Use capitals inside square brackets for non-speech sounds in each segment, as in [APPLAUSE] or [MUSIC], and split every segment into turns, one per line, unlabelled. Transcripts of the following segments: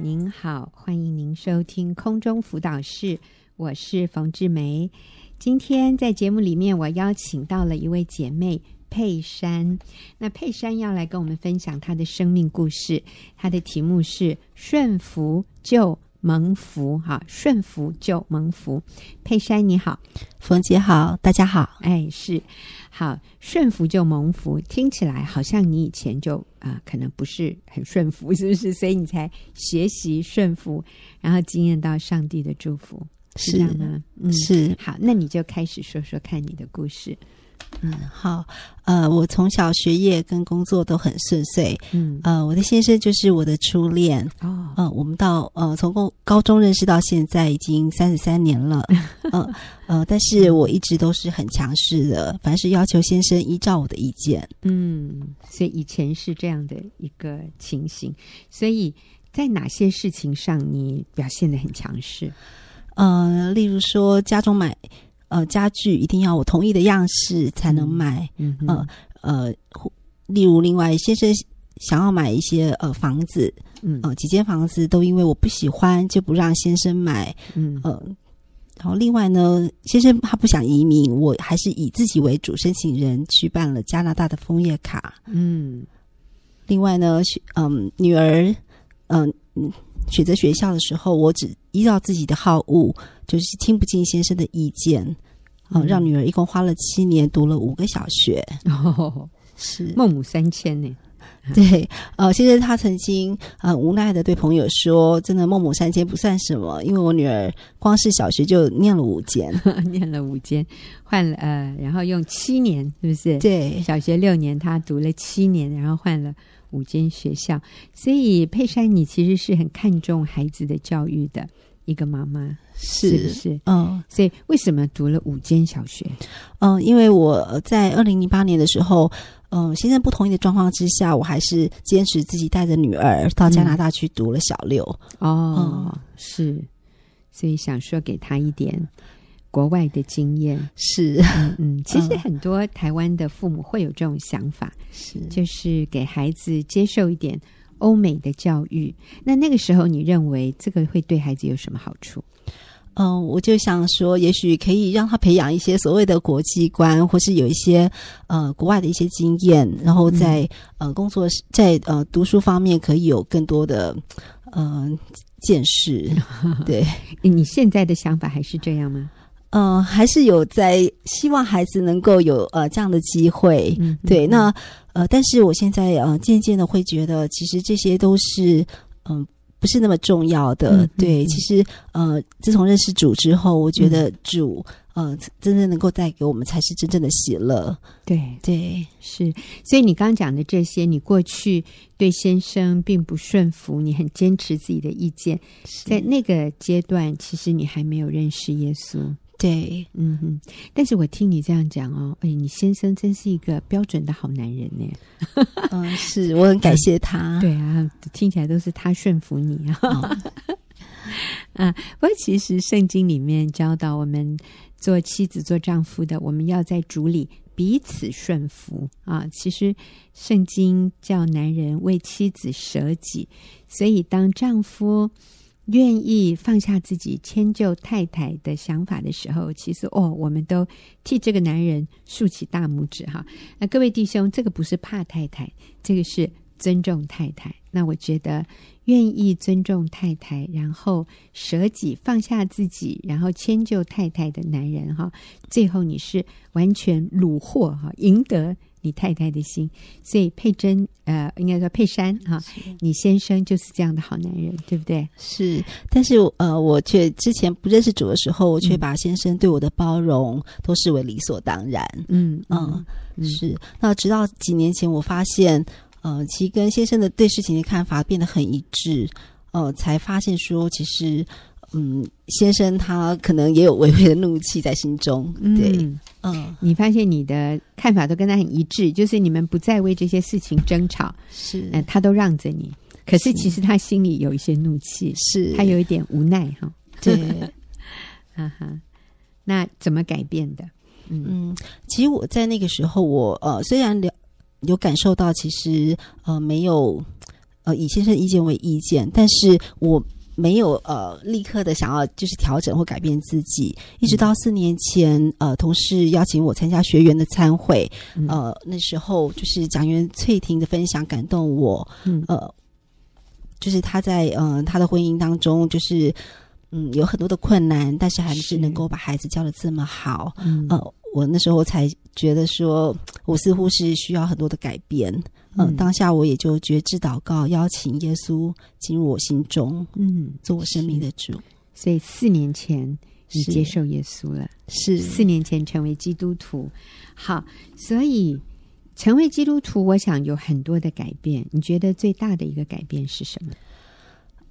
您好，欢迎您收听空中辅导室，我是冯志梅。今天在节目里面，我邀请到了一位姐妹佩珊。那佩珊要来跟我们分享她的生命故事，她的题目是“顺服就蒙福”哈，顺服就蒙福。佩珊你好，
冯姐好，大家好。
哎，是好，顺服就蒙福，听起来好像你以前就啊、呃可能不是很顺服，是不是？所以你才学习顺服，然后经验到上帝的祝福，是这样吗？嗯，
是
好，那你就开始说说看你的故事。
好，呃，我从小学业跟工作都很顺遂，
嗯，
呃，我的先生就是我的初恋，
哦，
呃，我们到呃从高高中认识到现在已经三十三年了，
[LAUGHS]
呃呃，但是我一直都是很强势的，凡是要求先生依照我的意见，
嗯，所以以前是这样的一个情形，所以在哪些事情上你表现的很强势？
呃，例如说家中买呃家具一定要我同意的样式才
嗯
能买，
嗯哼
呃呃，或例如另外先生想要买一些呃房子，
嗯
呃，几间房子都因为我不喜欢，就不让先生买。
嗯
呃，然后另外呢，先生他不想移民，我还是以自己为主申请人去办了加拿大的枫叶卡。
嗯
另外呢，学嗯，女儿嗯、嗯选择学校的时候，我只依照自己的好恶，就是听不进先生的意见。呃
嗯
让女儿一共花了七年读了五个小学，
哦，
是
孟母三迁呢？ [LAUGHS]
对，呃，其实他曾经呃无奈的对朋友说：“真的，孟母三迁不算什么，因为我女儿光是小学就念了五间。
念了五间，换了呃，然后用七年，是不是”？
对，
小学六年，他读了七年，然后换了五间学校。所以佩珊，你其实是很看重孩子的教育的一个妈妈，是不
是，
是？
嗯
所以为什么读了五间小学？
嗯、因为我呃在二零零八年的时候，嗯、先生不同意的状况之下，我还是坚持自己带着女儿到加拿大去读了小六。
哦，
嗯
是，所以想说给他一点国外的经验。
是
嗯嗯，其实
嗯
很多台湾的父母会有这种想法，
是，
就是给孩子接受一点欧美的教育。那那个时候，你认为这个会对孩子有什么好处？
嗯、我就想说，也许可以让他培养一些所谓的国际观，或是有一些呃国外的一些经验，然后在、呃工作在呃读书方面可以有更多的呃见识。对，
你现在的想法还是这样吗？
呃，还是有在希望孩子能够有呃这样的机会。
嗯，
对，
嗯
那呃，但是我现在呃渐渐的会觉得，其实这些都是嗯。不是那么重要的，
嗯嗯
对。
嗯
其实，呃，自从认识主之后，我觉得主，呃，真正能够带给我们才是真正的喜乐，
对
对，
是，所以你刚刚讲的这些，你过去对先生并不顺服，你很坚持自己的意见，在那个阶段，其实你还没有认识耶稣。 [LAUGHS]
对，
嗯哼，但是我听你这样讲哦，哎，你先生真是一个标准的好男人呢。
嗯、是我很感谢他，
对啊，听起来都是他顺服你啊。 [LAUGHS]
哦
不过，其实圣经里面教导我们做妻子、做丈夫的，我们要在主里彼此顺服啊。其实圣经叫男人为妻子舍己，所以当丈夫愿意放下自己迁就太太的想法的时候，其实哦，我们都替这个男人竖起大拇指哈。那各位弟兄，这个不是怕太太，这个是尊重太太。那我觉得愿意尊重太太，然后舍己放下自己，然后迁就太太的男人哈，最后你是完全虏获哈，赢得你太太的心。所以佩珍呃，应该说佩珊哈，你先生就是这样的好男人，对不对？
是，但是我呃，我却之前不认识主的时候，我
嗯
却把先生对我的包容都视为理所当然。
嗯
嗯，是。那直到几年前，我发现，呃，其实跟先生的对事情的看法变得很一致，呃，才发现说，其实，嗯，先生他可能也有微微的怒气在心中。对，
嗯
嗯、
你发现你的看法都跟他很一致，就是你们不再为这些事情争吵，
是
嗯、他都让着你。可是
是
其实他心里有一些怒气，
是，
他有一点无奈哈。
对。
哈哈，那怎么改变的？嗯
嗯，其实我在那个时候我，呃虽然了有感受到，其实呃没有呃以先生意见为意见，但是我没有呃立刻的想要就是调整或改变自己，一直到四年前，呃，同事邀请我参加学员的参会，
嗯
呃，那时候就是讲员翠婷的分享感动我，
嗯
呃，就是她在呃她的婚姻当中就是。嗯，有很多的困难，但是还
是
是能够把孩子教的这么好，
嗯
呃，我那时候才觉得说，我似乎是需要很多的改变。嗯、
嗯
当下我也就觉知祷告，邀请耶稣进入我心中，
嗯，
做我生命的主。
所以四年前你
是
接受耶稣了。
是
四年前成为基督徒。好，所以成为基督徒，我想有很多的改变。你觉得最大的一个改变是什么？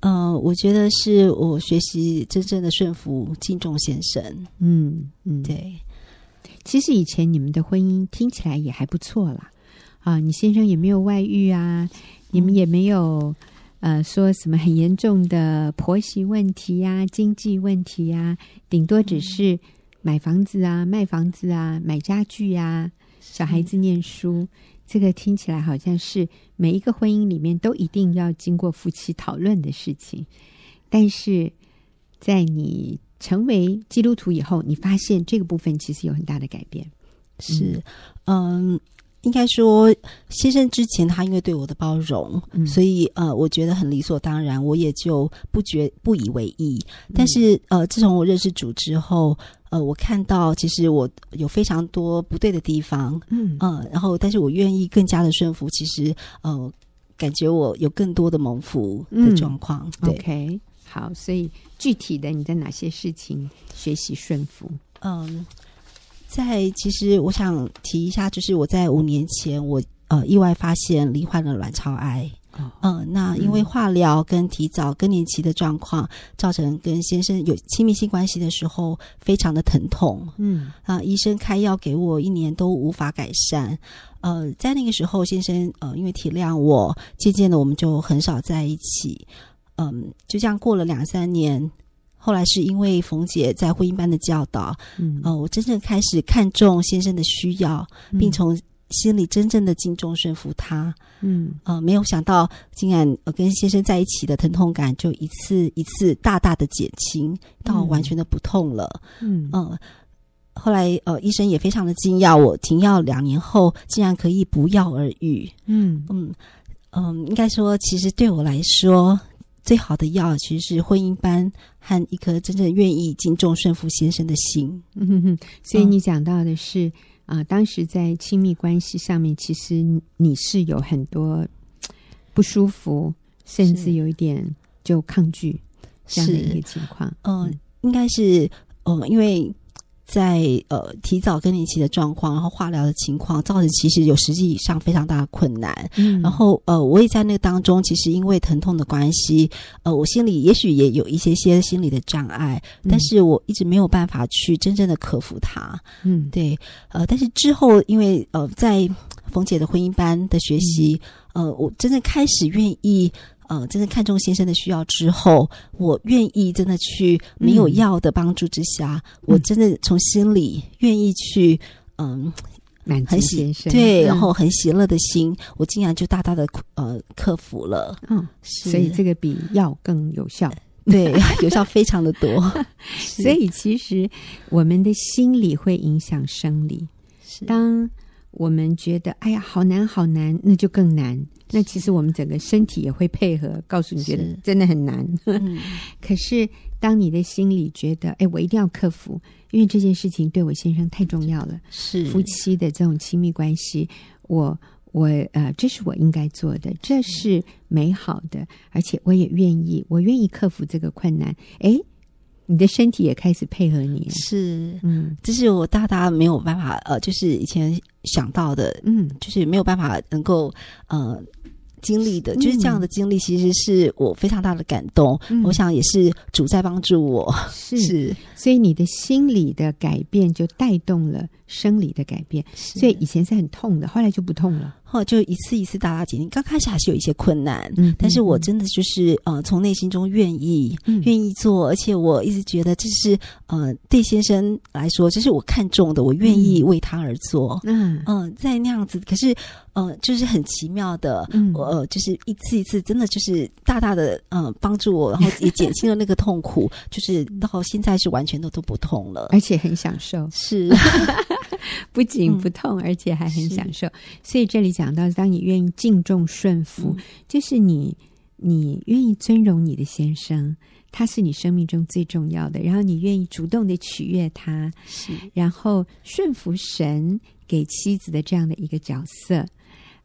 呃，我觉得是我学习真正的顺服、敬重先生。
嗯嗯，，
对，
其实以前你们的婚姻听起来也还不错啦，啊，你先生也没有外遇啊，你们也没有。呃，说什么很严重的婆媳问题呀、经济问题呀、顶多只是买房子啊、卖房子啊、买家具呀、小孩子念书，这个听起来好像是每一个婚姻里面都一定要经过夫妻讨论的事情。但是在你成为基督徒以后，你发现这个部分其实有很大的改变。
是，嗯。应该说，先生之前他因为对我的包容，
嗯
所以呃，我觉得很理所当然，我也就不觉不以为意。但是呃，自从我认识主之后，呃，我看到其实我有非常多不对的地方，
嗯
嗯，然后但是我愿意更加的顺服，其实呃，感觉我有更多的蒙福的
嗯
状况。对，
，OK，好，所以具体的你在哪些事情学习顺服？
嗯，在其实我想提一下，就是我在五年前我呃意外发现罹患了卵巢癌。
哦
嗯、那因为
嗯
化疗跟提早更年期的状况，造成跟先生有亲密性关系的时候非常的疼痛，
嗯
啊，医生开药给我一年都无法改善。呃，在那个时候，先生呃，因为体谅我，渐渐的我们就很少在一起。嗯，就这样过了两三年。后来是因为冯姐在婚姻班的教导，
嗯
呃，我真正开始看重先生的需要，呃并
嗯
从心里真正的敬重顺服他。
嗯
呃，没有想到竟然呃跟先生在一起的疼痛感就一次一次大大的减轻，到完
嗯
全的不痛了。
嗯
嗯，后来呃，医生也非常的惊讶，我停药两年后竟然可以不药而愈。
嗯
嗯嗯，应该说，其实对我来说，最好的药其实是婚姻班和一颗真正愿意敬重顺服先生的心。
嗯哼哼，所以
嗯
你讲到的是啊、当时在亲密关系上面，其实你是有很多不舒服，甚至
是
有一点就抗拒这样的一个
是，
情况。
嗯、应该是，嗯、因为。在呃提早更年期的状况，然后化疗的情况，造成其实有实际上非常大的困难。
嗯
然后呃，我也在那个当中，其实因为疼痛的关系，呃，我心里也许也有一些些心理的障碍，但是我一直没有办法去真正的克服它。
嗯
对，呃，但是之后因为呃，在冯姐的婚姻班的学习，
嗯
呃，我真正开始愿意。呃，真正看重先生的需要之后，我愿意真的去没有
嗯
药的帮助之下，我真的从心里愿意去，嗯，
满足
很喜
先生
对，哦
嗯
然后很喜乐的心，我竟然就大大的呃克服了，
嗯，
是
所以这个比药更有效。
对 [LAUGHS] 有效非常的多，
[LAUGHS] 所以其实我们的心理会影响生理。
是
当我们觉得哎呀好难好难，那就更难。那其实我们整个身体也会配合，告诉你觉得
是
真的很难。
嗯
[LAUGHS] 可是，当你的心里觉得，哎，我一定要克服，因为这件事情对我先生太重要了，
是
夫妻的这种亲密关系，我我呃，这是我应该做的，这是美好的，而且我也愿意，我愿意克服这个困难。哎，你的身体也开始配合你，
是，
嗯
这是我大大没有办法呃，就是以前想到的，
嗯
就是没有办法能够呃。经历的，就是这样的经历，其实是我非常大的感动。
嗯
我想也是主在帮助我，
是
[LAUGHS] 是
所以你的心理的改变就带动了生理的改变，
是
所以以前是很痛的，后来就不痛了。
后就一次一次大大减减。刚开始还是有一些困难，
嗯，
但是我真的就是呃，从内心中愿意
嗯
愿意做，而且我一直觉得这是呃，对先生来说，这是我看中的，我愿意为他而做。
嗯
嗯、在那样子，可是呃，就是很奇妙的，
嗯
我、呃、就是一次一次，真的就是大大的呃帮助我，然后也减轻了那个痛苦，就是到现在是完全都都不痛了。
而且很享受，
是，
[LAUGHS] 不仅
嗯
不痛，而且还很
是
享受。所以这里讲到，当你愿意敬重顺服，
嗯
就是你你愿意尊荣你的先生，他是你生命中最重要的，然后你愿意主动的取悦他，
是，
然后顺服神给妻子的这样的一个角色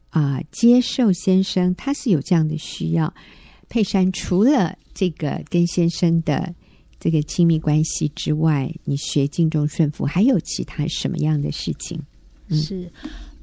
啊、接受先生他是有这样的需要。佩珊除了这个跟先生的这个亲密关系之外，你学敬重顺服，还有其他什么样的事情？嗯
是，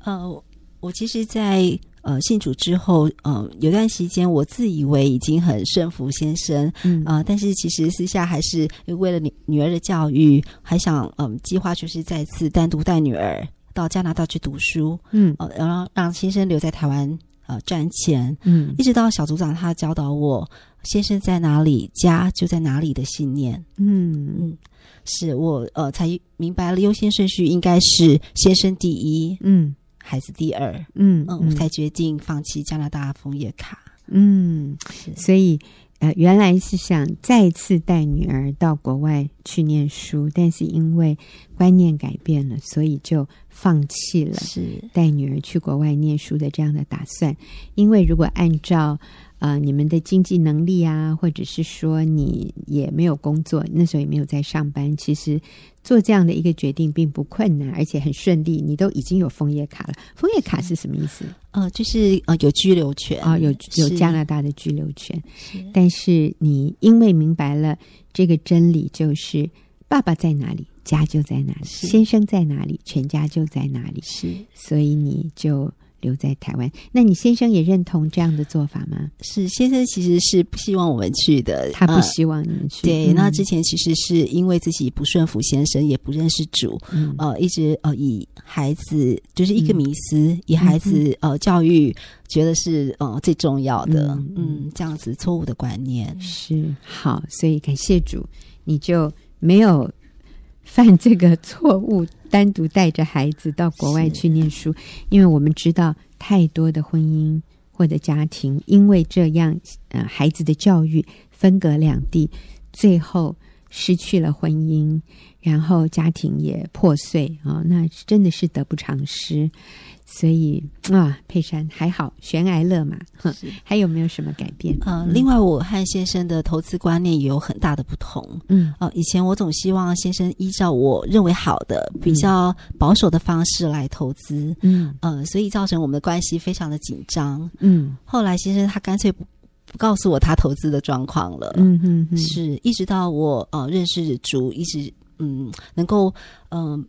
呃，我我其实在，呃信主之后，呃，有段时间我自以为已经很顺服先生，
嗯
啊、但是其实私下还是为了女女儿的教育，还想嗯、计划就是再次单独带女儿到加拿大去读书，
嗯
呃，然后让先生留在台湾呃赚钱，
嗯
一直到小组长他教导我，先生在哪里，家就在哪里的信念。
嗯
嗯，是我呃才明白了优先顺序应该是先生第一，
嗯
孩子第二。
嗯
嗯，我才决定放弃加拿大枫叶卡。
嗯，
是
所以呃，原来是想再次带女儿到国外去念书，但是因为观念改变了，所以就放弃了
是
带女儿去国外念书的这样的打算。因为如果按照呃你们的经济能力啊，或者是说你也没有工作，那时候也没有在上班，其实做这样的一个决定并不困难，而且很顺利。你都已经有枫叶卡了，枫叶卡是什么意思？
呃，就是呃有居留权
啊、有有
是
加拿大的居留权
是，
但是你因为明白了这个真理，就是爸爸在哪里，家就在哪里；
是
先生在哪里，全家就在哪里。
是
所以你就留在台湾。那你先生也认同这样的做法吗？
是先生其实是不希望我们去的，
他不
呃
希嗯望你们去。
对，那之
这
前其实是因为自己不顺服先生，也不认识主，
嗯
呃，一直呃以孩子就是一个
嗯
迷思，以孩子呃教育觉得是呃最重要的，
嗯
嗯这样子错误的观念
是好，所以感谢主，你就没有犯这个错误，单独带着孩子到国外
是
去念书，因为我们知道太多的婚姻或者家庭因为这样，呃，孩子的教育分隔两地，最后失去了婚姻，然后家庭也破碎啊、那真的是得不偿失。所以啊，佩珊还好，悬崖勒马。哼
是。
还有没有什么改变？
呃，另外我和先生的投资观念也有很大的不同。
嗯，
哦，以前我总希望先生依照我认为好的、比较保守的方式来投资，
嗯
呃，所以造成我们的关系非常的紧张。
嗯
后来先生他干脆不不告诉我他投资的状况了，
嗯嗯嗯，
是一直到我呃认识主，一直嗯能够嗯、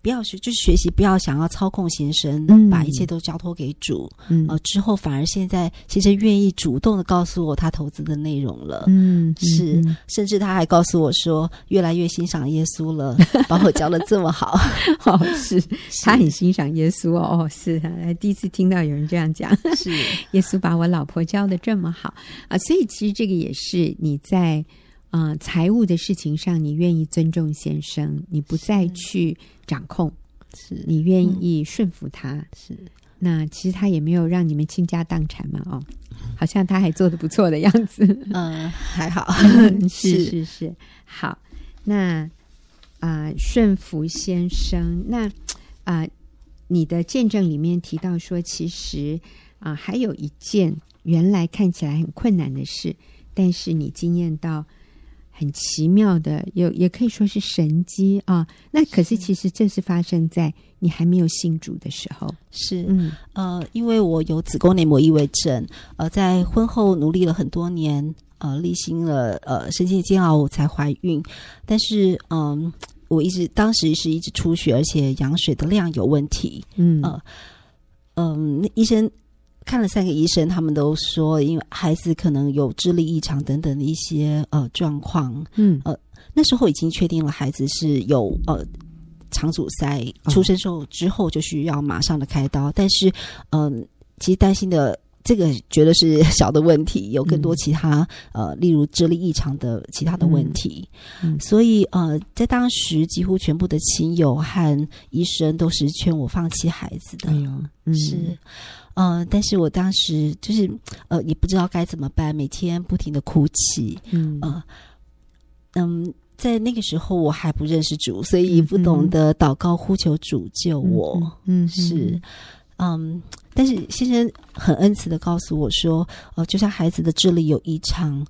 不要学，就是学习不要想要操控先生，
嗯
把一切都交托给主。
嗯
呃，之后反而现在先生愿意主动的告诉我他投资的内容了。
嗯
是
嗯
甚至他还告诉我说，越来越欣赏耶稣
[LAUGHS]
了，把我教的这么好，
嗯哦，是他很
是
欣赏耶稣哦，哦是啊第一次听到有人这样讲，
[LAUGHS] 是
耶稣把我老婆教的这么好啊，所以其实这个也是你在啊、呃财务的事情上，你愿意尊重先生，你不再去掌控，
是
你愿意顺服他。
是
那其实他也没有让你们倾家荡产嘛，哦，好像他还做的不错的样子。
嗯、还好 [LAUGHS]
嗯是是是，好，那啊、顺服先生，那啊、你的见证里面提到说，其实啊、还有一件原来看起来很困难的事，但是你经验到很奇妙的，有也可以说是神机啊、那可是其实这是发生在你还没有信主的时候，
是
嗯
呃，因为我有子宫内膜异位症，呃，在婚后努力了很多年，呃，历经了呃身心的煎熬，我才怀孕。但是，嗯、我一直当时是一直出血，而且羊水的量有问题。
嗯
呃嗯、那医生看了三个医生，他们都说，因为孩子可能有智力异常等等的一些呃状况。
嗯
那时候已经确定了孩子是有呃肠阻塞，
哦
出生之后之后就需要马上的开刀，但是嗯、其实担心的。这个觉得是小的问题，有更多
嗯
其他、呃，例如智力异常的其他的问
嗯
题，
嗯
所以呃，在当时几乎全部的亲友和医生都是劝我放弃孩子的。
哎呦，嗯
是，呃，但是我当时就是呃，也不知道该怎么办，每天不停的哭泣，
嗯
呃，嗯，在那个时候我还不认识主，所以不
嗯
懂
嗯
得祷告呼求主救
嗯
我。
嗯嗯
是，嗯，但是先生很恩慈的告诉我说，呃，就像孩子的智力有异常，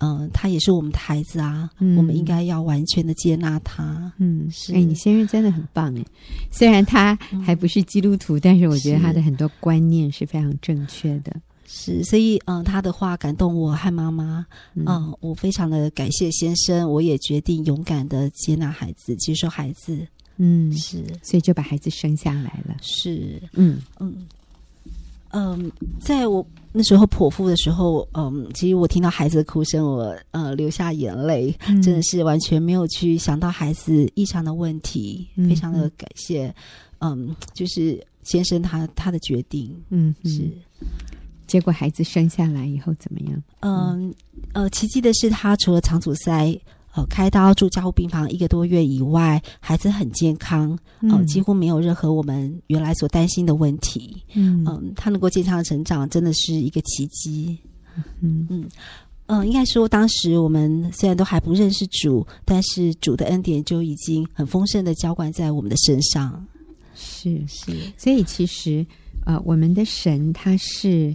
嗯、他也是我们的孩子啊，
嗯
我们应该要完全的接纳他。
嗯，
是嗯
哎，你先生真的很棒哎！虽然他还不是基督徒，但是我觉得
是
他的很多观念是非常正确的。
是，所以嗯、呃他的话感动我和妈妈，
嗯
嗯、我非常的感谢先生，我也决定勇敢的接纳孩子，接受孩子，
嗯，
是
所以就把孩子生下来了。
是，
嗯
嗯嗯，在我那时候剖腹的时候，嗯，其实我听到孩子的哭声，我呃流下眼泪，
嗯
真的是完全没有去想到孩子异常的问题，
嗯
非常的感谢，嗯，就是先生他他的决定
嗯，嗯
是。
结果孩子生下来以后怎么样？
嗯，呃，奇迹的是，他除了肠阻塞、呃开刀住加护病房一个多月以外，孩子很健康，哦、
嗯
几乎没有任何我们原来所担心的问题。
嗯
嗯、他能够健康的成长，真的是一个奇迹。
嗯
嗯、应该说，当时我们虽然都还不认识主，但是主的恩典就已经很丰盛的浇灌在我们的身上。
是，
是，
所以其实呃，我们的神他是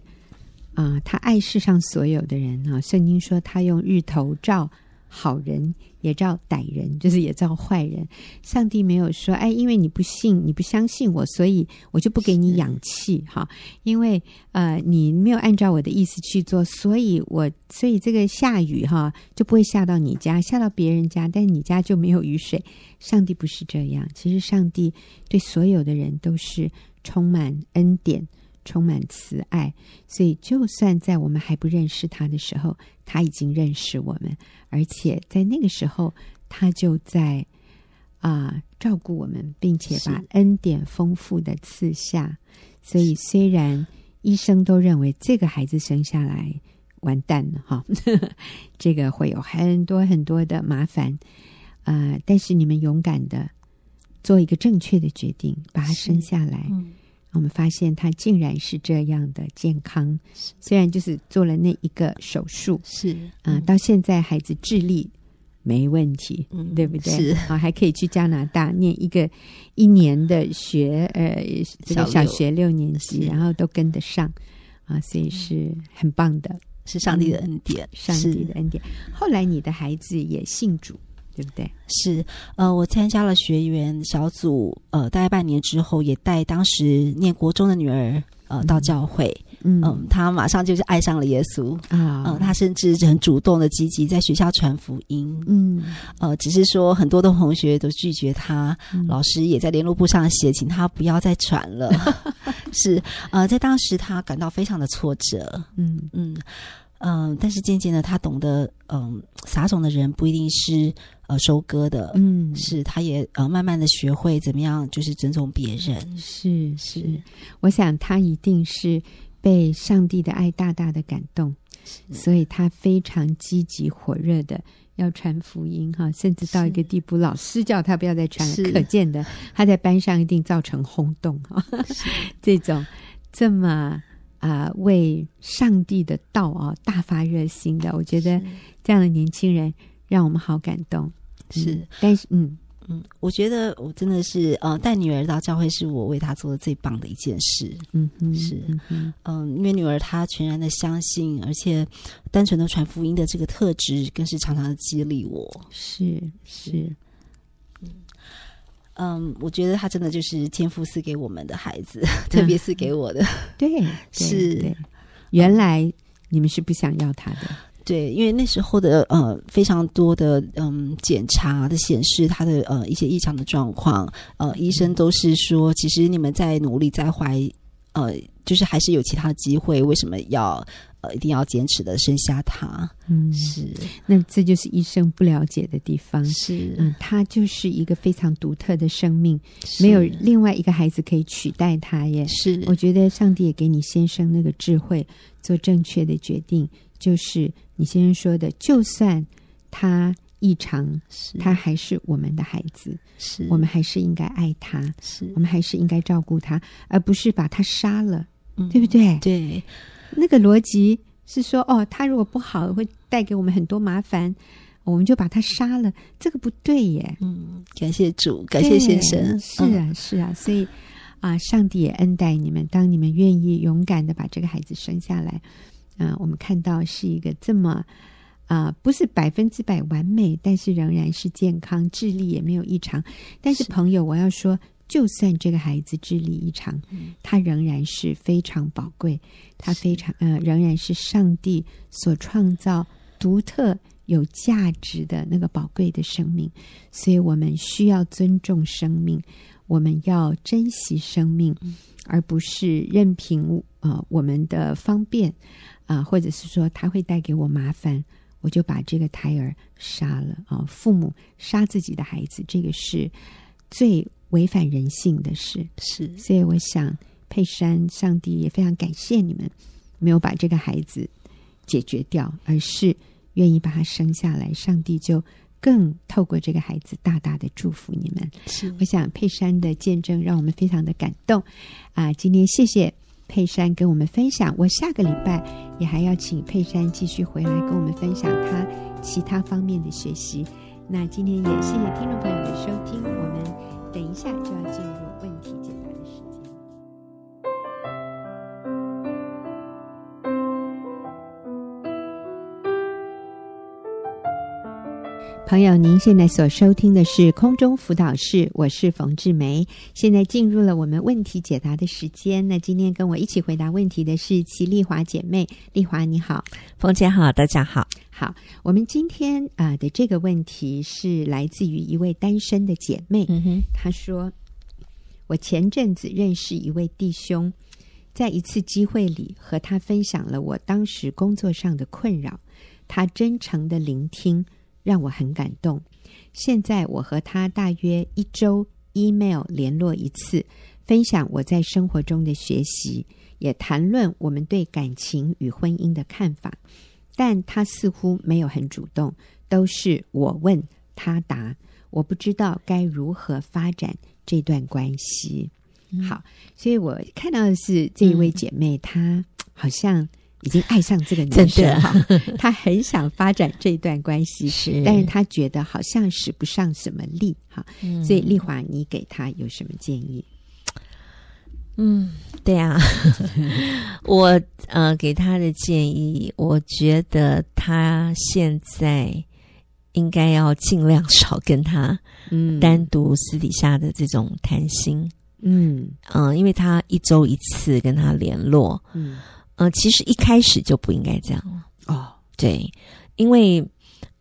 啊、他爱世上所有的人啊。圣经说他用日头照好人，也照歹人， [LAUGHS] 就是也照坏人。上帝没有说，哎，因为你不信，你不相信我，所以我就不给你
是
氧气哈，因为呃，你没有按照我的意思去做，所以我所以这个下雨哈就不会下到你家，下到别人家，但是你家就没有雨水。上帝不是这样，其实上帝对所有的人都是充满恩典、充满慈爱，所以就算在我们还不认识他的时候，他已经认识我们，而且在那个时候，他就在啊、照顾我们，并且把
是
恩典丰富的赐下。所以虽然医生都认为这个孩子生下来完蛋了哈， [LAUGHS] 这个会有很多很多的麻烦，呃，但是你们勇敢的做一个正确的决定，把他生下来。
嗯，
我们发现他竟然是这样的健康，虽然就是做了那一个手术
是，
啊、到现在孩子智力没问题，
嗯
对不对？
是
啊、还可以去加拿大念一个一年的学，呃，这个
小
小
六
学六年级，
是嗯
然后都跟得上啊，所以是很棒的，
是上帝的恩典，
上
是
帝的恩典。后来你的孩子也信主，对不对？
是，呃，我参加了学员小组，呃，大概半年之后，也带当时念国中的女儿，呃，到教会，
嗯
嗯，她马上就是爱上了耶稣，嗯、
啊，
她甚至很主动的积极在学校传福音，
嗯，
呃，只是说很多的同学都拒绝她，
嗯
老师也在联络簿上写，请她不要再
[LAUGHS]
传了，是，呃，在当时她感到非常的挫折，
嗯
嗯嗯、呃但是渐渐的，她懂得，嗯、撒种的人不一定是呃收割的，
嗯，
是，他也呃慢慢的学会怎么样，就是尊重别人。
是是，我想他一定是被上帝的爱大大的感动，所以他非常积极火热的要传福音哈，甚至到一个
是
地步，老师叫他不要再传了，
是
可见的他在班上一定造成轰动哈。 [LAUGHS] 这种这么啊、为上帝的道啊、大发热心的，我觉得这样的年轻人让我们好感动。嗯
是，
但是嗯
嗯，我觉得我真的是呃带女儿到教会是我为她做的最棒的一件事。
嗯哼
是
嗯哼
嗯、因为女儿她全然的相信，而且单纯的传福音的这个特质，更是常常的激励我。
是是
嗯，我觉得她真的就是天赋赐给我们的孩 [LAUGHS] 子，特别是给我的。
对，对
是
对原来你们是不想要他的，
对，因为那时候的呃非常多的嗯检查的显示他的呃一些异常的状况，呃医生都是说，其实你们再努力再怀，呃就是还是有其他的机会，为什么要？呃
呃一定要坚持的生下他。
嗯，
是
那这就是医生不了解的地方。
是，
嗯，他就是一个非常独特的生命，没有另外一个孩子可以取代他耶。
是
我觉得上帝也给你先生那个智慧，做正确的决定，就是你先生说的，就算他异常，
是
他还是我们的孩子，
是
我们还是应该爱他，
是
我们还是应该照顾他，而不是把他杀了，
嗯
对不
对？
对？
对，
那个逻辑是说，哦，他如果不好，会带给我们很多麻烦，我们就把他杀了，这个不对耶。
嗯，感谢主，感谢先生，
对
嗯
是啊，是啊，所以啊、上帝也恩待你们，当你们愿意勇敢的把这个孩子生下来，啊、我们看到是一个这么。啊、不是百分之百完美，但是仍然是健康，智力也没有异常。但是
是
朋友，我要说，就算这个孩子智力异常，
嗯
他仍然是非常宝贵，他
是
非常呃，仍然是上帝所创造独特有价值的那个宝贵的生命，所以我们需要尊重生命，我们要珍惜生命，而不是任凭呃我们的方便啊、或者是说他会带给我麻烦，我就把这个胎儿杀了啊、父母杀自己的孩子，这个是最违反人性的事。
是
所以我想，佩珊，上帝也非常感谢你们，没有把这个孩子解决掉，而是愿意把他生下来，上帝就更透过这个孩子大大的祝福你们。
是
我想佩珊的见证让我们非常的感动啊！今天谢谢佩珊跟我们分享，我下个礼拜也还要请佩珊继续回来跟我们分享她其他方面的学习。那今天也谢谢听众朋友的收听，我们等一下就要进入问题解答的时间。朋友，您现在所收听的是空中辅导室，我是冯志梅。现在进入了我们问题解答的时间。那今天跟我一起回答问题的是齐丽华姐妹，丽华你好。
冯姐好，大家好。
好，我们今天啊、的这个问题是来自于一位单身的姐妹，
嗯哼，
她说：“我前阵子认识一位弟兄，在一次机会里和他分享了我当时工作上的困扰，他真诚的聆听让我很感动。现在我和他大约一周 email 联络一次，分享我在生活中的学习，也谈论我们对感情与婚姻的看法。但他似乎没有很主动，都是我问他答。我不知道该如何发展这段关系。
嗯
好，所以我看到的是这一位姐妹，她好像已经爱上这
[LAUGHS]
个男
真
生
的
哈， [LAUGHS] 她很想发展这段关系，
是
但是她觉得好像使不上什么力哈。
嗯
所以丽华，你给她有什么建议？
嗯，对啊， [LAUGHS] 我呃给他的建议，我觉得他现在应该要尽量少跟他
嗯
单独私底下的这种谈心。
嗯
嗯、因为他一周一次跟他联络，
嗯
嗯、其实一开始就不应该这样了。
哦
对，因为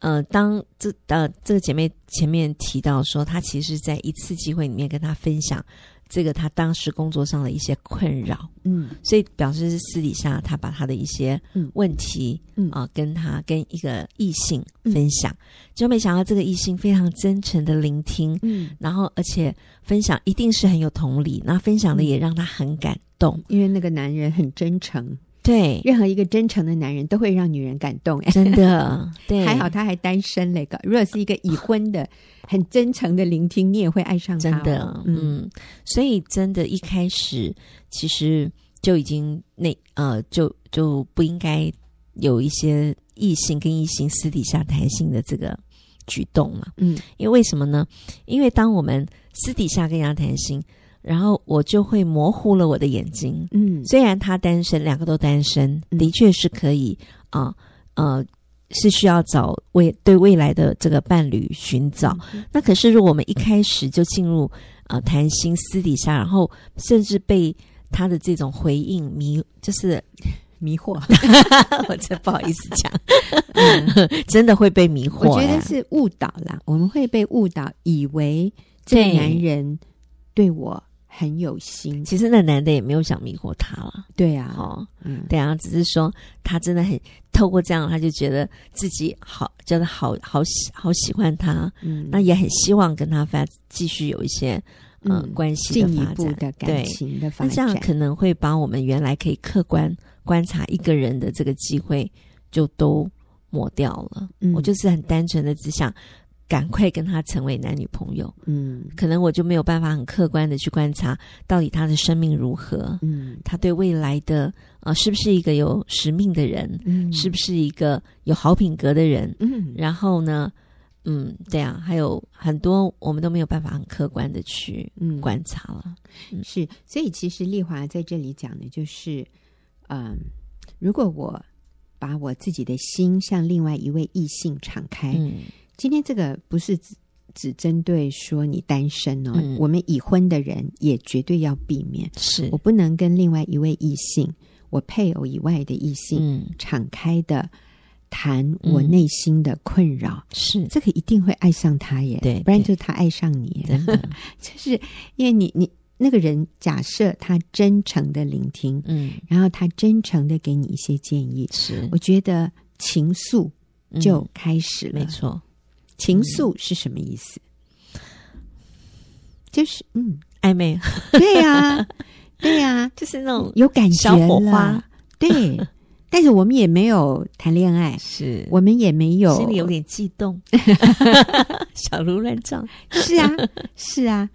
呃，当这呃这个姐妹前面提到说，她其实在一次机会里面跟她分享这个她当时工作上的一些困扰，
嗯
所以表示是私底下她把她的一些
嗯
问题
嗯
啊、跟她跟一个异性分享，就没想到这个异性非常真诚的聆听，
嗯，
然后而且分享一定是很有同理，那分享的
嗯
也让她很感动，
因为那个男人很真诚，
对，
任何一个真诚的男人都会让女人感动哎。
[LAUGHS] 真的，对，
[LAUGHS] 还好他还单身嘞，搞如果是一个已婚的，很真诚的聆听，你也会爱上他、
真的，，嗯，所以真的，一开始其实就已经那呃，就就不应该有一些异性跟异性私底下谈心的这个举动嘛。
嗯
因为为什么呢？因为当我们私底下跟人家谈心，然后我就会模糊了我的眼睛。
嗯
虽然他单身，两个都单身，
嗯
的确是可以啊呃是需要找未对未来的这个伴侣寻找。
嗯
那可是，如果我们一开始就进入呃谈心私底下，然后甚至被他的这种回应迷，就是 [LAUGHS]
迷 [LAUGHS] 惑，
我真不好意思讲，真的会被迷
我
惑、
觉
欸
得是误导啦，我们会被误导，以为这个
对
男人对我很有心。
其实那男的也没有想迷惑她了，
对啊，
哦，
嗯，
对啊，只是说他真的很透过这样，他就觉得自己好，觉得好好喜好喜欢他，
嗯，
那也很希望跟他发继续有一些呃、
嗯
关系的
进一
发
步
展。
的感情的发
那这
展
样，可能会把我们原来可以客观观察一个人的这个机会就都抹掉了。
嗯
我就是很单纯的只想赶快跟他成为男女朋友，
嗯
可能我就没有办法很客观的去观察到底他的生命如何，
嗯
他对未来的呃是不是一个有使命的人，
嗯，
是不是一个有好品格的人，
嗯
然后呢，嗯，对啊，还有很多我们都没有办法很客观的去
嗯
观察了。
是，所以其实丽华在这里讲的就是，嗯，如果我把我自己的心向另外一位异性敞开，
嗯
今天这个不是只只针对说你单身哦，
嗯
我们已婚的人也绝对要避免，
是
我，不能跟另外一位异性，我配偶以外的异性、
嗯，
敞开的谈我内心的困扰。
是
这个一定会爱上他耶，
嗯对
不然就
对
是他爱上你耶，
[LAUGHS] 真的，
[LAUGHS] 就是因为你你那个人假设他真诚的聆听，
嗯，
然后他真诚的给你一些建议，
是
我觉得情愫就
嗯
开始了。
没错，
情愫是什么意思？就是嗯，
暧昧 [LAUGHS]
对呀、对呀、
就是那种
有感觉
小火
了
花，
对。但是我们也没有谈恋爱，
是
我们也没有
心里有点悸
[LAUGHS]
动，小鹿乱撞，
是
[LAUGHS]
啊，是啊，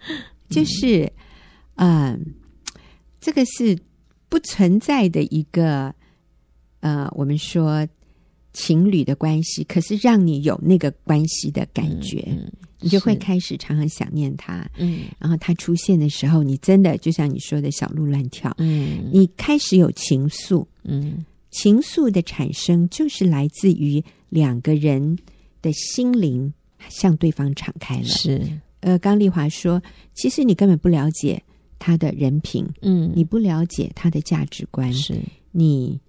就是，嗯、这个是不存在的一个，呃，我们说情侣的关系，可是让你有那个关系的感觉，
嗯
你就会
是
开始常常想念他。
嗯
然后他出现的时候，你真的就像你说的小鹿乱跳，
嗯
你开始有情愫，
嗯
情愫的产生就是来自于两个人的心灵向对方敞开了。
嗯是
呃，刚丽华说，其实你根本不了解他的人品，
嗯
你不了解他的价值观，
是
你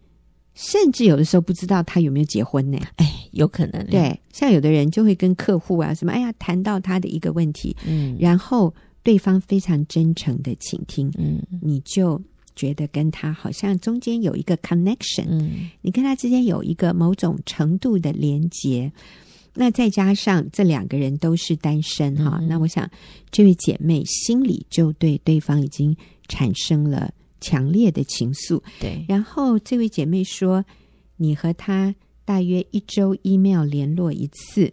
甚至有的时候不知道他有没有结婚呢。
哎，有可能
对，像有的人就会跟客户啊什么，哎呀，谈到他的一个问题，
嗯
然后对方非常真诚的倾听，
嗯
你就觉得跟他好像中间有一个 connection，
嗯
你跟他之间有一个某种程度的连结。那再加上这两个人都是单身哈、
嗯哼
那我想这位姐妹心里就对对方已经产生了强烈的情愫。
对
然后这位姐妹说，你和他大约一周 email 联络一次，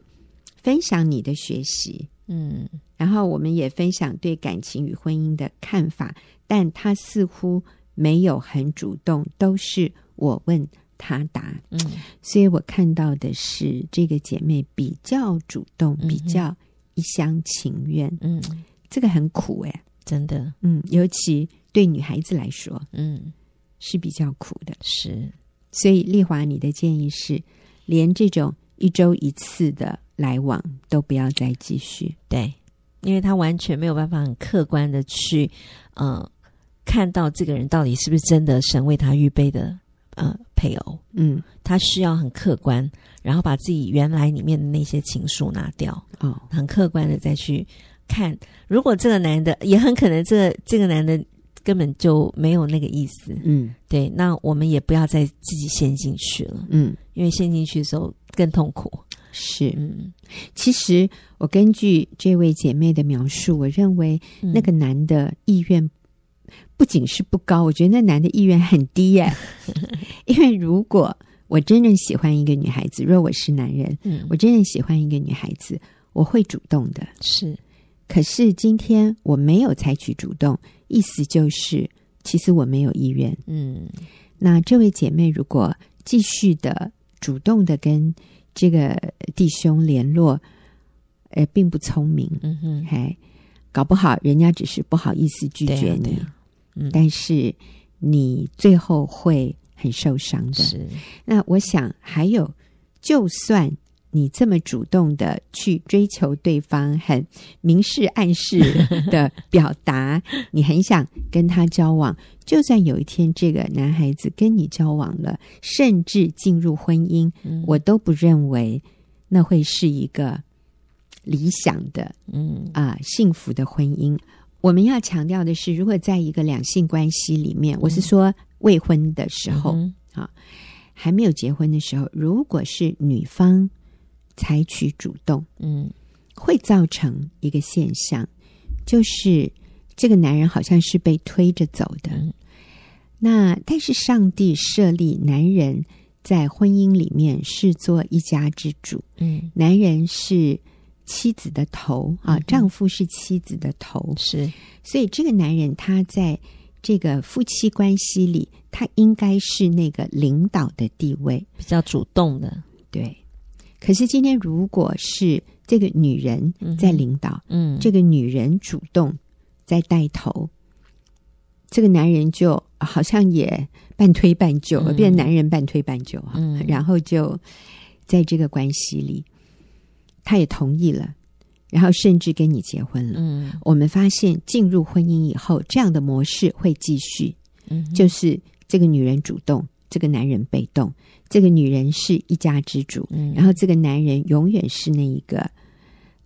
分享你的学习，
嗯
然后我们也分享对感情与婚姻的看法，但他似乎没有很主动，都是我问他答。
嗯
所以我看到的是这个姐妹比较主动，
嗯哼
比较一厢情愿，
嗯，
这个很苦哎、
真的
嗯，尤其对女孩子来说
嗯
是比较苦的。
是
所以丽华，你的建议是，连这种一周一次的来往都不要再继续。
对，因为他完全没有办法很客观的去，呃，看到这个人到底是不是真的神为他预备的呃配偶，
嗯，
他需要很客观，然后把自己原来里面的那些情愫拿掉，
哦，
很客观的再去看。如果这个男的也很可能这个这个男的根本就没有那个意思，
嗯
对，那我们也不要再自己陷进去了，
嗯，
因为陷进去的时候更痛苦。
是。
嗯，
其实我根据这位姐妹的描述，我认为
嗯
那个男的意愿不仅是不高，我觉得那男的意愿很低
[LAUGHS]
耶。因为如果我真正喜欢一个女孩子，若我是男人，
嗯，
我真正喜欢一个女孩子，我会主动的。
是
可是今天我没有采取主动，意思就是其实我没有意愿。
嗯
那这位姐妹如果继续的主动的跟这个弟兄联络，呃，并不聪明，
嗯哼。
还搞不好人家只是不好意思拒绝
对
你，
啊嗯
但是你最后会很受伤的。
是，
那我想还有，就算你这么主动的去追求对方，很明示暗示的表达，你很想跟他交往，就算有一天这个男孩子跟你交往了，甚至进入婚姻，
嗯
我都不认为那会是一个理想的
嗯
啊、幸福的婚姻。我们要强调的是，如果在一个两性关系里面，我是说未婚的时候，
嗯
还没有结婚的时候，如果是女方采取主动，
嗯
会造成一个现象，就是这个男人好像是被推着走的。
嗯
那但是上帝设立男人在婚姻里面是做一家之主，
嗯，
男人是妻子的头啊，
嗯哼
丈夫是妻子的头，
是
所以这个男人他在这个夫妻关系里，他应该是那个领导的地位。
比较主动的，
对，可是今天如果是这个女人
嗯哼
在领导，
嗯，
这个女人主动在带头，这个男人就啊好像也半推半就，
嗯
变成男人半推半就哈、
嗯
然后就在这个关系里，他也同意了，然后甚至跟你结婚了。
嗯
我们发现进入婚姻以后，这样的模式会继续，
嗯哼，
就是这个女人主动，这个男人被动，这个女人是一家之主，
嗯
然后这个男人永远是那一个，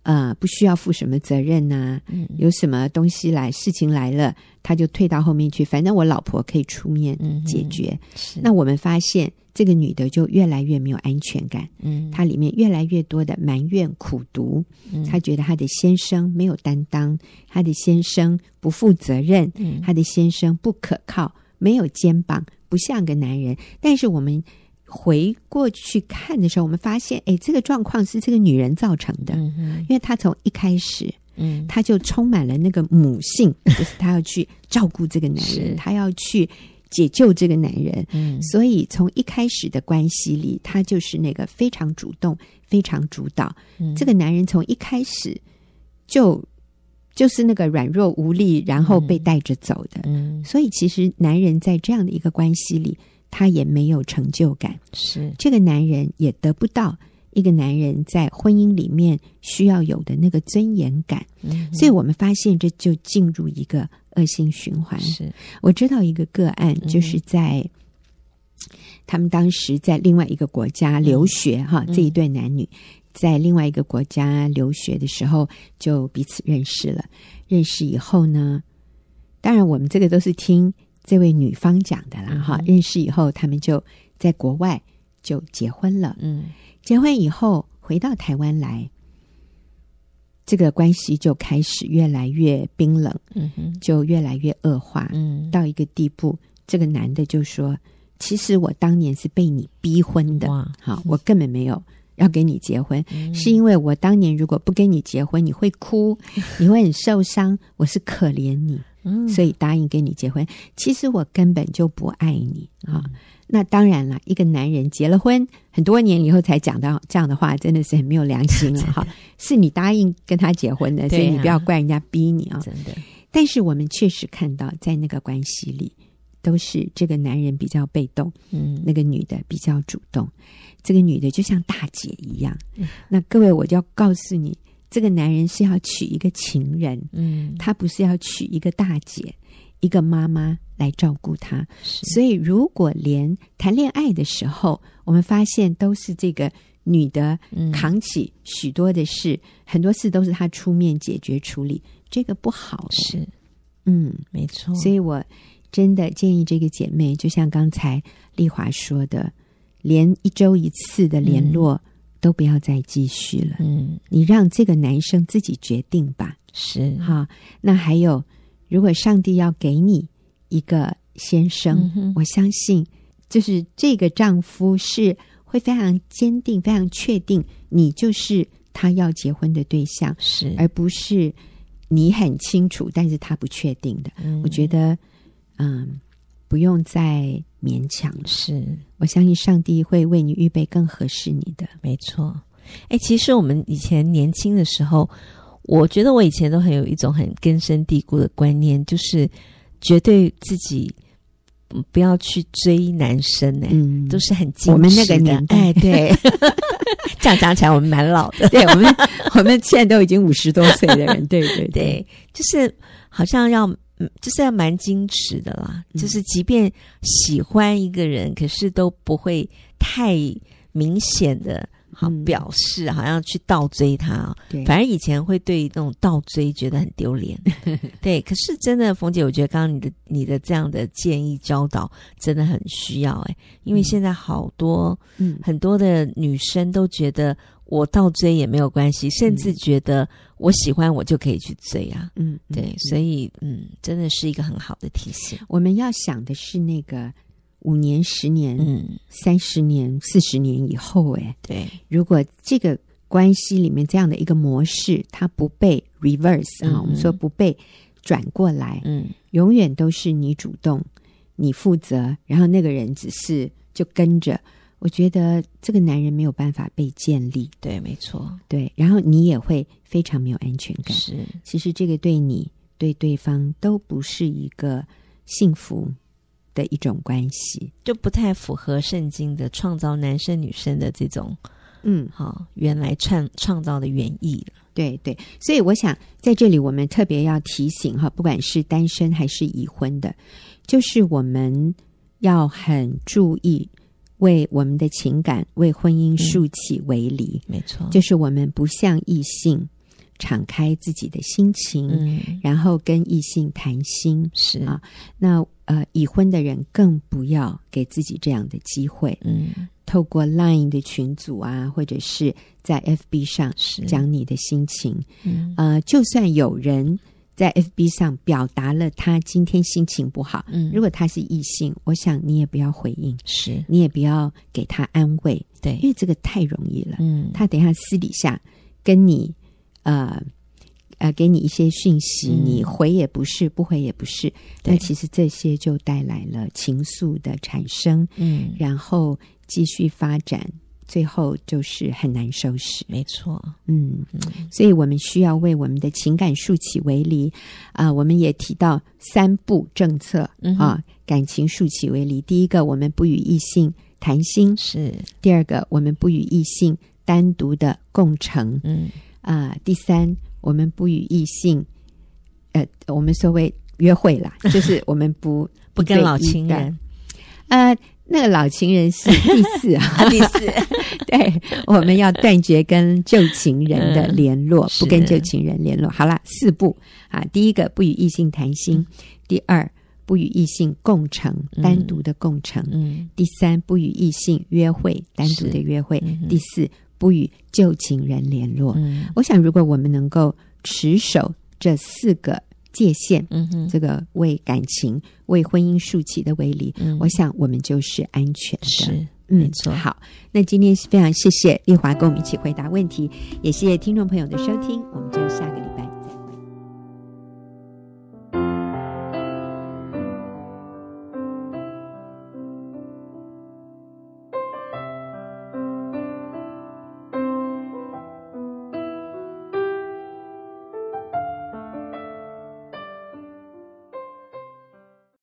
呃，不需要负什么责任呐、
嗯
有什么东西来事情来了，他就退到后面去，反正我老婆可以出面
嗯哼
解决。
是
那我们发现这个女的就越来越没有安全感，
嗯
她里面越来越多的埋怨、苦读，
嗯
她觉得她的先生没有担当，她的先生不负责任，
嗯
她的先生不可靠，没有肩膀，不像个男人。但是我们回过去看的时候，我们发现，哎，这个状况是这个女人造成的，
嗯哼
因为她从一开始
嗯
她就充满了那个母性，就是她要去照顾这个男
是
人，她要去解救这个男人。
嗯
所以从一开始的关系里，她就是那个非常主动、非常主导，
嗯
这个男人从一开始就就是那个软弱无力，然后被带着走的。
嗯
所以，其实男人在这样的一个关系里，他也没有成就感。
是
这个男人也得不到一个男人在婚姻里面需要有的那个尊严感。
嗯哼
所以我们发现，这就进入一个恶性循环。
是
我知道一个个案，
哼
就是在、他们当时在另外一个国家留学哈，
嗯
这一对男女在另外一个国家留学的时候就彼此认识了。认识以后呢，当然我们这个都是听这位女方讲的啦哈。
嗯
认识以后，他们就在国外就结婚了。
嗯
结婚以后回到台湾来，这个关系就开始越来越冰冷，
嗯哼
就越来越恶化。
嗯
到一个地步，这个男的就说：“其实我当年是被你逼婚的，
哇
好，我根本没有要跟你结婚，
嗯
是因为我当年如果不跟你结婚，你会
[LAUGHS]
哭，你会很受伤，我是可怜你，
嗯
所以答应跟你结婚。其实我根本就不爱你啊。
嗯
那当然了，一个男人结了婚很多年以后才讲到这样的话，真的是很没有良
[LAUGHS]
心了哈。是你答应跟他结婚的，所以
对
你
啊
不要怪人家逼你啊。
真的
但是我们确实看到，在那个关系里，都是这个男人比较被动，
嗯
那个女的比较主动。这个女的就像大姐一样
嗯。
那各位，我就要告诉你，这个男人是要娶一个情人，
嗯
他不是要娶一个大姐、一个妈妈来照顾他。
是
所以，如果连谈恋爱的时候，我们发现都是这个女的
嗯
扛起许多的事，很多事都是她出面解决处理，这个不好、哎
是
嗯，
没错，
所以我真的建议这个姐妹，就像刚才丽华说的，连一周一次的联络都不要再继续了，
嗯
你让这个男生自己决定吧。
是
嗯
哈，那还有，如果上帝要给你一个先生，
嗯哼
我相信就是这个丈夫是会非常坚定、非常确定，你就是他要结婚的对象，
是
而不是你很清楚，但是他不确定的。我觉得，嗯，不用再勉强了。
是
我相信上帝会为你预备更合适你的。
没错，哎，其实我们以前年轻的时候，我觉得我以前都很有一种很根深蒂固的观念，就是绝对自己嗯不要去追男生呢、
嗯
都
是
是很矜持的
我们那个年代
哎，
[LAUGHS]
对， [LAUGHS] 这样讲起来我们蛮老的，
对我们，我们现在都已经五十多岁的人，对对
对，就是好像要，嗯就是要蛮矜持的啦，
嗯
就是即便喜欢一个人，可是都不会太明显的
好
嗯
表示好像去倒追他啊、
对，
反正以前会对那种倒追觉得很
[LAUGHS]
丢脸，对。可是真的，冯姐，我觉得刚刚你的你的这样的建议教导真的很需要哎、因为
嗯
现在好多、
嗯
很多的女生都觉得我倒追也没有关
嗯
系，甚至觉得我喜欢我就可以去追啊。
嗯，嗯
对，所以嗯，真的是一个很好的提醒。
我们要想的是那个五年、十年、
嗯，
三十年、四十年以后，哎，
对，
如果这个关系里面这样的一个模式，它不被 reverse 啊，
嗯
我们说不被转过来，
嗯
永远都是你主动，你负责，然后那个人只是就跟着。我觉得这个男人没有办法被建立，
对，没错，
对，然后你也会非常没有安全感。
是
其实这个对你、对对方都不是一个幸福的一种关系。
就不太符合圣经的创造男生女生的这种
嗯，
哈、原来创创造的原意了。
对对，所以我想在这里我们特别要提醒哈，不管是单身还是已婚的，就是我们要很注意为我们的情感、为婚姻
嗯
竖起围篱，
没错，
就是我们不向异性敞开自己的心情，
嗯，
然后跟异性谈心。
是
啊那呃，已婚的人更不要给自己这样的机会，
嗯，
透过 Line 的群组啊，或者是在 FB 上
是
讲你的心情。
嗯
呃，就算有人在 FB 上表达了他今天心情不好，
嗯，
如果他是异性，我想你也不要回应，
是
你也不要给他安慰，
对
因，为这个太容易了。
嗯，
他等一下私底下跟你呃呃给你一些讯息，
嗯
你回也不是，不回也不是。那
对
其实这些就带来了情愫的产生，
嗯，
然后继续发展，最后就是很难收拾。
没错，
嗯，
嗯
所以我们需要为我们的情感竖起围篱啊、我们也提到三步政策
嗯哼
啊，感情竖起围篱。第一个，我们不与异性谈心；
是
第二个，我们不与异性单独的共乘
嗯
啊、第三，我们不与异性，呃，我们所谓约会
[LAUGHS]
啦，就是我们不
不跟老
一对一
情
的
人
呃，那个老情人是第四啊，
[LAUGHS] 啊，第四
[LAUGHS] 对，我们要断绝跟旧情人的联络，
嗯是
不跟旧情人联络。好啦，四步啊，第一个不与异性谈心，第二不与异性共乘，
嗯
单独的共乘，
嗯
第三不与异性约会，单独的约会，
嗯哼
第四不与旧情人联络。
嗯
我想，如果我们能够持守这四个界限，
嗯哼
这个为感情、为婚姻竖起的围篱，
嗯
我想我们就是安全的。
是
嗯
没，错
好，那今天非常谢谢丽华跟我们一起回答问题，也谢谢听众朋友的收听，我们就下个